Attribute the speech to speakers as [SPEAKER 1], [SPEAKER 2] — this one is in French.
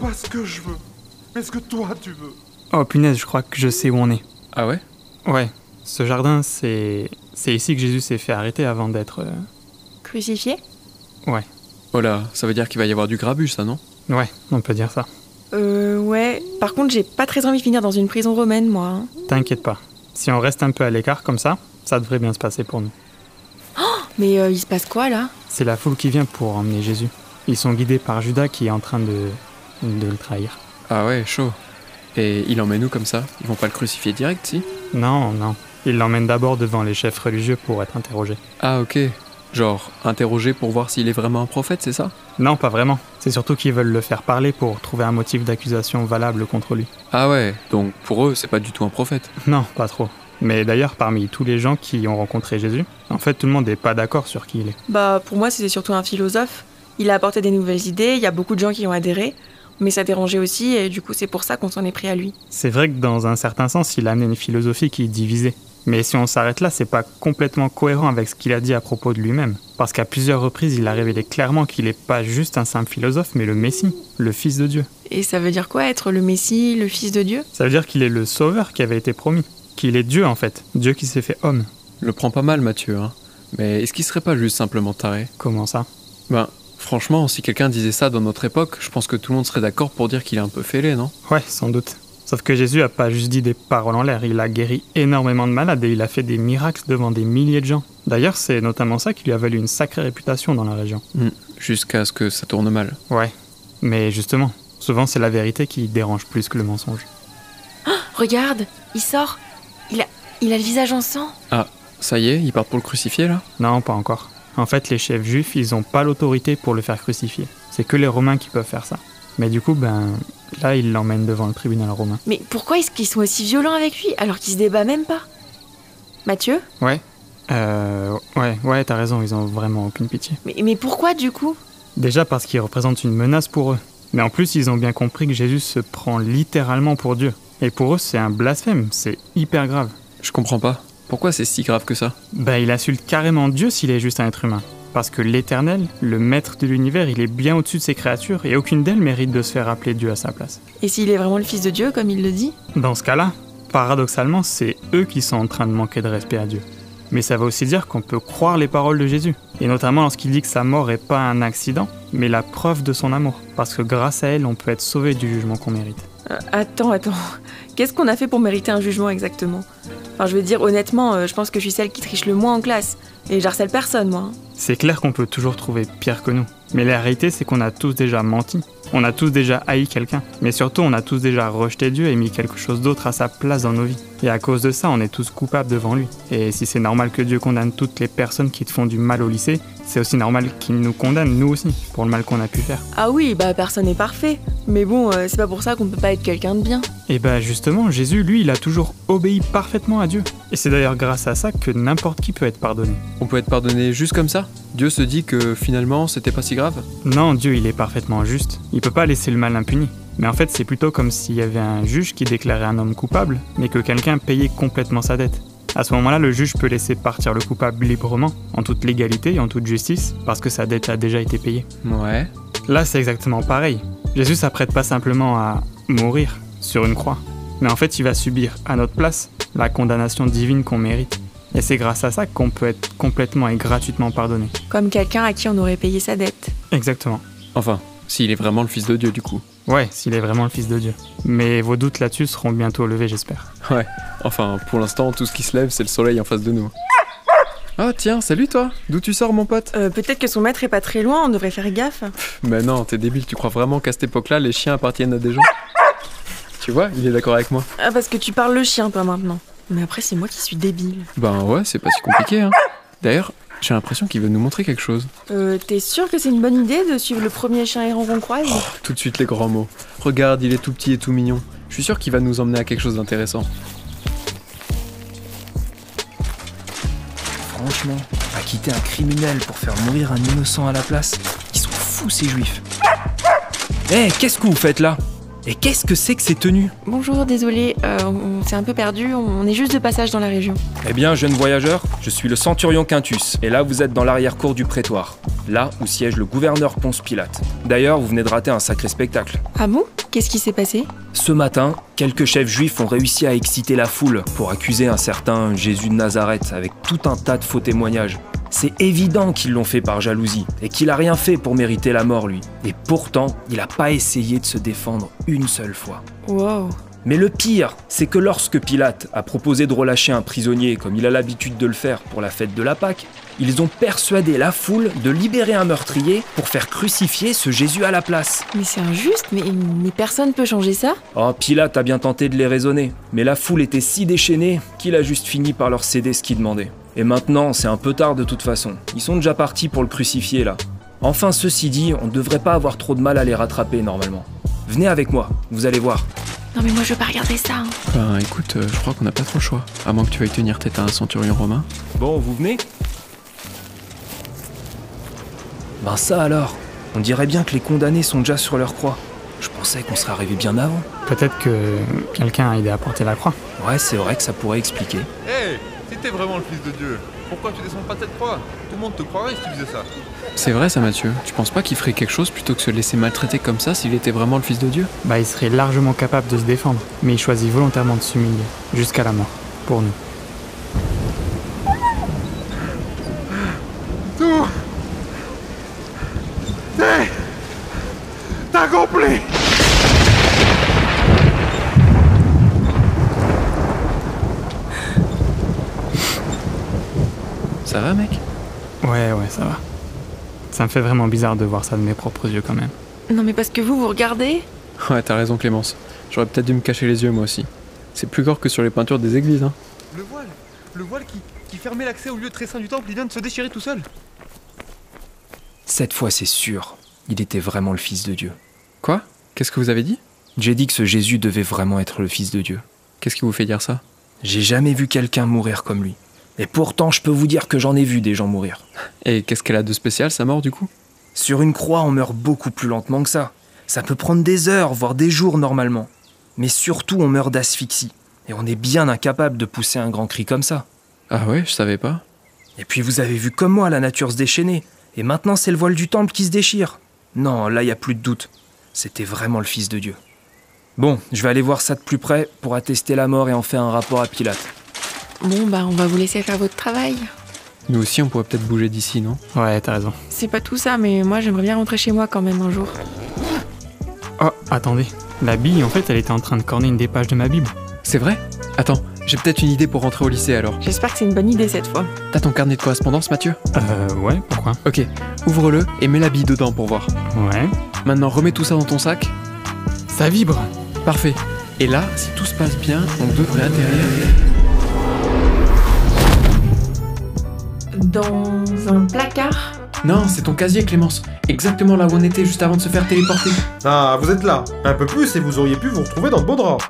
[SPEAKER 1] pas ce que je veux, mais ce que toi tu veux.
[SPEAKER 2] Oh punaise, je crois que je sais où on est.
[SPEAKER 3] Ah ouais
[SPEAKER 2] Ouais, ce jardin, c'est. C'est ici que Jésus s'est fait arrêter avant d'être. euh,
[SPEAKER 4] Crucifié
[SPEAKER 3] Oh là, ça veut dire qu'il va y avoir du grabu, ça, non
[SPEAKER 2] Ouais, on peut dire ça.
[SPEAKER 4] Euh, ouais. Par contre, j'ai pas très envie de finir dans une prison romaine, moi. hein.
[SPEAKER 2] T'inquiète pas. Si on reste un peu à l'écart comme ça, ça devrait bien se passer pour nous.
[SPEAKER 4] Mais euh, il se passe quoi, là
[SPEAKER 2] C'est la foule qui vient pour emmener Jésus. Ils sont guidés par Judas qui est en train de. de le trahir.
[SPEAKER 3] Ah ouais, chaud. Et il emmène nous comme ça Ils vont pas le crucifier direct, si
[SPEAKER 2] Non, non. Ils l'emmènent d'abord devant les chefs religieux pour être interrogés.
[SPEAKER 3] Ah ok. Genre, interroger pour voir s'il est vraiment un prophète, c'est ça
[SPEAKER 2] Non, pas vraiment. C'est surtout qu'ils veulent le faire parler pour trouver un motif d'accusation valable contre lui.
[SPEAKER 3] Ah ouais, donc pour eux, c'est pas du tout un prophète.
[SPEAKER 2] Non, pas trop. Mais d'ailleurs, parmi tous les gens qui ont rencontré Jésus, en fait, tout le monde n'est pas d'accord sur qui il est.
[SPEAKER 4] Bah, pour moi, c'était surtout un philosophe. Il a apporté des nouvelles idées, il y a beaucoup de gens qui ont adhéré, mais ça dérangeait aussi, et du coup, c'est pour ça qu'on s'en est pris à lui.
[SPEAKER 2] C'est vrai que dans un certain sens, il a amené une philosophie qui divisait. Mais si on s'arrête là, c'est pas complètement cohérent avec ce qu'il a dit à propos de lui-même. Parce qu'à plusieurs reprises, il a révélé clairement qu'il n'est pas juste un simple philosophe, mais le Messie, le Fils de Dieu.
[SPEAKER 4] Et ça veut dire quoi, être le Messie, le Fils de Dieu
[SPEAKER 2] Ça veut dire qu'il est le sauveur qui avait été promis. Qu'il est Dieu en fait. Dieu qui s'est fait homme.
[SPEAKER 3] Le prend pas mal, Mathieu, hein. Mais est-ce qu'il serait pas juste simplement taré
[SPEAKER 2] Comment ça
[SPEAKER 3] Ben, franchement, si quelqu'un disait ça dans notre époque, je pense que tout le monde serait d'accord pour dire qu'il est un peu fêlé, non
[SPEAKER 2] Ouais, sans doute. Sauf que Jésus a pas juste dit des paroles en l'air, il a guéri énormément de malades et il a fait des miracles devant des milliers de gens. D'ailleurs, c'est notamment ça qui lui a valu une sacrée réputation dans la région.
[SPEAKER 3] Jusqu'à ce que ça tourne mal.
[SPEAKER 2] Ouais. Mais justement, souvent c'est la vérité qui dérange plus que le mensonge.
[SPEAKER 5] Regarde, il sort. Il a, il a le visage en sang.
[SPEAKER 3] Ça y est, ils partent pour le crucifier, là
[SPEAKER 2] Non, pas encore. En fait, les chefs juifs, ils ont pas l'autorité pour le faire crucifier. C'est que les Romains qui peuvent faire ça. Mais du coup, ben, là, ils l'emmènent devant le tribunal romain.
[SPEAKER 5] Mais pourquoi est-ce qu'ils sont aussi violents avec lui alors qu'ils se débat même pas
[SPEAKER 4] Mathieu
[SPEAKER 2] Euh, ouais, ouais, t'as raison, ils ont vraiment aucune pitié.
[SPEAKER 5] mais, mais pourquoi du coup
[SPEAKER 2] Déjà parce qu'ils représentent une menace pour eux. Mais en plus, ils ont bien compris que Jésus se prend littéralement pour Dieu. Et pour eux, c'est un blasphème, c'est hyper grave.
[SPEAKER 3] Je comprends pas. Pourquoi c'est si grave que ça
[SPEAKER 2] Bah, il insulte carrément Dieu s'il est juste un être humain. Parce que l'éternel, le maître de l'univers, il est bien au-dessus de ses créatures et aucune d'elles mérite de se faire appeler Dieu à sa place.
[SPEAKER 4] Et s'il est vraiment le Fils de Dieu, comme il le dit
[SPEAKER 2] Dans ce cas-là, paradoxalement, c'est eux qui sont en train de manquer de respect à Dieu. Mais ça veut aussi dire qu'on peut croire les paroles de Jésus, et notamment lorsqu'il dit que sa mort n'est pas un accident, mais la preuve de son amour, parce que grâce à elle, on peut être sauvé du jugement qu'on mérite.
[SPEAKER 4] Euh, Attends, attends. Qu'est-ce qu'on a fait pour mériter un jugement exactement Enfin, je veux dire, honnêtement, euh, je pense que je suis celle qui triche le moins en classe. Et j'harcèle personne, moi. hein.
[SPEAKER 2] C'est clair qu'on peut toujours trouver pire que nous. Mais la réalité, c'est qu'on a tous déjà menti. On a tous déjà haï quelqu'un. Mais surtout, on a tous déjà rejeté Dieu et mis quelque chose d'autre à sa place dans nos vies. Et à cause de ça, on est tous coupables devant lui. Et si c'est normal que Dieu condamne toutes les personnes qui te font du mal au lycée, c'est aussi normal qu'il nous condamne, nous aussi, pour le mal qu'on a pu faire.
[SPEAKER 4] Ah oui, bah personne n'est parfait. Mais bon, euh, c'est pas pour ça qu'on peut pas être quelqu'un de bien.
[SPEAKER 2] Et bah justement, Jésus, lui, il a toujours obéi parfaitement à Dieu. Et c'est d'ailleurs grâce à ça que n'importe qui peut être pardonné.
[SPEAKER 3] On peut être pardonné juste comme ça Dieu se dit que finalement c'était pas si grave
[SPEAKER 2] Non, Dieu, il est parfaitement juste. Il peut pas laisser le mal impuni. Mais en fait, c'est plutôt comme s'il y avait un juge qui déclarait un homme coupable, mais que quelqu'un payait complètement sa dette. À ce moment-là, le juge peut laisser partir le coupable librement, en toute légalité et en toute justice, parce que sa dette a déjà été payée.
[SPEAKER 3] Ouais.
[SPEAKER 2] Là, c'est exactement pareil. Jésus s'apprête pas simplement à mourir sur une croix, mais en fait, il va subir à notre place la condamnation divine qu'on mérite. Et c'est grâce à ça qu'on peut être complètement et gratuitement pardonné.
[SPEAKER 4] Comme quelqu'un à qui on aurait payé sa dette.
[SPEAKER 2] Exactement.
[SPEAKER 3] Enfin, s'il est vraiment le fils de Dieu du coup.
[SPEAKER 2] Ouais, s'il est vraiment le Fils de Dieu. Mais vos doutes là-dessus seront bientôt levés, j'espère.
[SPEAKER 3] Enfin, pour l'instant, tout ce qui se lève, c'est le soleil en face de nous. Ah tiens, salut toi D'où tu sors mon pote
[SPEAKER 4] Euh, Peut-être que son maître est pas très loin, on devrait faire gaffe.
[SPEAKER 3] Mais non, t'es débile, tu crois vraiment qu'à cette époque-là, les chiens appartiennent à des gens Tu vois, il est d'accord avec moi.
[SPEAKER 4] Ah, parce que tu parles le chien, toi, maintenant. Mais après, c'est moi qui suis débile.
[SPEAKER 3] Ben ouais, c'est pas si compliqué hein. D'ailleurs, j'ai l'impression qu'il veut nous montrer quelque chose.
[SPEAKER 4] Euh, t'es sûr que c'est une bonne idée de suivre le premier chien errant qu'on croise
[SPEAKER 3] Tout de suite les grands mots. Regarde, il est tout petit et tout mignon. Je suis sûr qu'il va nous emmener à quelque chose d'intéressant.
[SPEAKER 6] Franchement, acquitter un criminel pour faire mourir un innocent à la place, ils sont fous ces juifs. Eh, qu'est-ce que vous faites là Et qu'est-ce que c'est que ces tenues
[SPEAKER 4] Bonjour, désolé, euh, on s'est un peu perdu, on est juste de passage dans la région.
[SPEAKER 6] Eh bien, jeune voyageur, je suis le centurion Quintus, et là vous êtes dans l'arrière-cour du prétoire, là où siège le gouverneur Ponce Pilate. D'ailleurs, vous venez de rater un sacré spectacle.
[SPEAKER 4] Ah bon Qu'est-ce qui s'est passé
[SPEAKER 6] Ce matin, quelques chefs juifs ont réussi à exciter la foule pour accuser un certain Jésus de Nazareth avec tout un tas de faux témoignages. C'est évident qu'ils l'ont fait par jalousie et qu'il a rien fait pour mériter la mort, lui. Et pourtant, il n'a pas essayé de se défendre une seule fois.
[SPEAKER 4] Wow.
[SPEAKER 6] Mais le pire, c'est que lorsque Pilate a proposé de relâcher un prisonnier comme il a l'habitude de le faire pour la fête de la Pâque, ils ont persuadé la foule de libérer un meurtrier pour faire crucifier ce Jésus à la place.
[SPEAKER 4] Mais c'est injuste, mais, mais personne peut changer ça
[SPEAKER 6] Oh, Pilate a bien tenté de les raisonner, mais la foule était si déchaînée qu'il a juste fini par leur céder ce qu'ils demandaient. Et maintenant, c'est un peu tard de toute façon. Ils sont déjà partis pour le crucifier là. Enfin, ceci dit, on ne devrait pas avoir trop de mal à les rattraper normalement. Venez avec moi, vous allez voir.
[SPEAKER 5] Non mais moi je veux pas regarder ça. hein.
[SPEAKER 3] Ben écoute, euh, je crois qu'on n'a pas trop le choix. À moins que tu veuilles tenir tête à un centurion romain.
[SPEAKER 6] Bon, vous venez Ben ça alors On dirait bien que les condamnés sont déjà sur leur croix. Je pensais qu'on serait arrivé bien avant.
[SPEAKER 2] Peut-être que quelqu'un a aidé à porter la croix.
[SPEAKER 6] Ouais, c'est vrai que ça pourrait expliquer.
[SPEAKER 7] Hé, si t'es vraiment le fils de Dieu, pourquoi tu descends pas cette croix Tout le monde te croirait si tu faisais ça.
[SPEAKER 3] C'est vrai ça, Mathieu. Tu penses pas qu'il ferait quelque chose plutôt que se laisser maltraiter comme ça s'il était vraiment le fils de Dieu
[SPEAKER 2] Bah, il serait largement capable de se défendre, mais il choisit volontairement de s'humilier, jusqu'à la mort, pour nous.
[SPEAKER 1] Tout. T'es. T'as compris
[SPEAKER 3] Ça va, mec
[SPEAKER 2] Ouais, ouais, ça va. Ça me fait vraiment bizarre de voir ça de mes propres yeux quand même.
[SPEAKER 4] Non mais parce que vous, vous regardez
[SPEAKER 3] Ouais, t'as raison, Clémence. J'aurais peut-être dû me cacher les yeux moi aussi. C'est plus gore que sur les peintures des églises, hein.
[SPEAKER 7] Le voile Le voile qui, qui fermait l'accès au lieu très saint du temple, il vient de se déchirer tout seul
[SPEAKER 6] Cette fois, c'est sûr. Il était vraiment le fils de Dieu.
[SPEAKER 3] Quoi Qu'est-ce que vous avez dit
[SPEAKER 6] J'ai dit que ce Jésus devait vraiment être le fils de Dieu.
[SPEAKER 3] Qu'est-ce qui vous fait dire ça
[SPEAKER 6] J'ai jamais vu quelqu'un mourir comme lui. Et pourtant, je peux vous dire que j'en ai vu des gens mourir.
[SPEAKER 3] Et qu'est-ce qu'elle a de spécial, sa mort, du coup
[SPEAKER 6] Sur une croix, on meurt beaucoup plus lentement que ça. Ça peut prendre des heures, voire des jours normalement. Mais surtout, on meurt d'asphyxie. Et on est bien incapable de pousser un grand cri comme ça.
[SPEAKER 3] Ah ouais, je savais pas.
[SPEAKER 6] Et puis vous avez vu comme moi la nature se déchaîner. Et maintenant, c'est le voile du temple qui se déchire. Non, là, il n'y a plus de doute. C'était vraiment le Fils de Dieu. Bon, je vais aller voir ça de plus près pour attester la mort et en faire un rapport à Pilate.
[SPEAKER 5] Bon bah on va vous laisser faire votre travail.
[SPEAKER 3] Nous aussi, on pourrait peut-être bouger d'ici, non
[SPEAKER 2] Ouais, t'as raison.
[SPEAKER 4] C'est pas tout ça, mais moi j'aimerais bien rentrer chez moi quand même un jour.
[SPEAKER 2] Oh, attendez. La bille, en fait, elle était en train de corner une des pages de ma Bible.
[SPEAKER 3] C'est vrai Attends, j'ai peut-être une idée pour rentrer au lycée alors.
[SPEAKER 4] J'espère que c'est une bonne idée cette fois.
[SPEAKER 3] T'as ton carnet de correspondance, Mathieu
[SPEAKER 2] Euh, ouais, pourquoi
[SPEAKER 3] Ok, ouvre-le et mets la bille dedans pour voir.
[SPEAKER 2] Ouais.
[SPEAKER 3] Maintenant, remets tout ça dans ton sac.
[SPEAKER 2] Ça vibre
[SPEAKER 3] Parfait. Et là, si tout se passe bien, on devrait atterrir.
[SPEAKER 4] Dans un placard
[SPEAKER 3] Non, c'est ton casier, Clémence. Exactement là où on était juste avant de se faire téléporter.
[SPEAKER 8] Ah, vous êtes là. Un peu plus et vous auriez pu vous retrouver dans de beaux draps.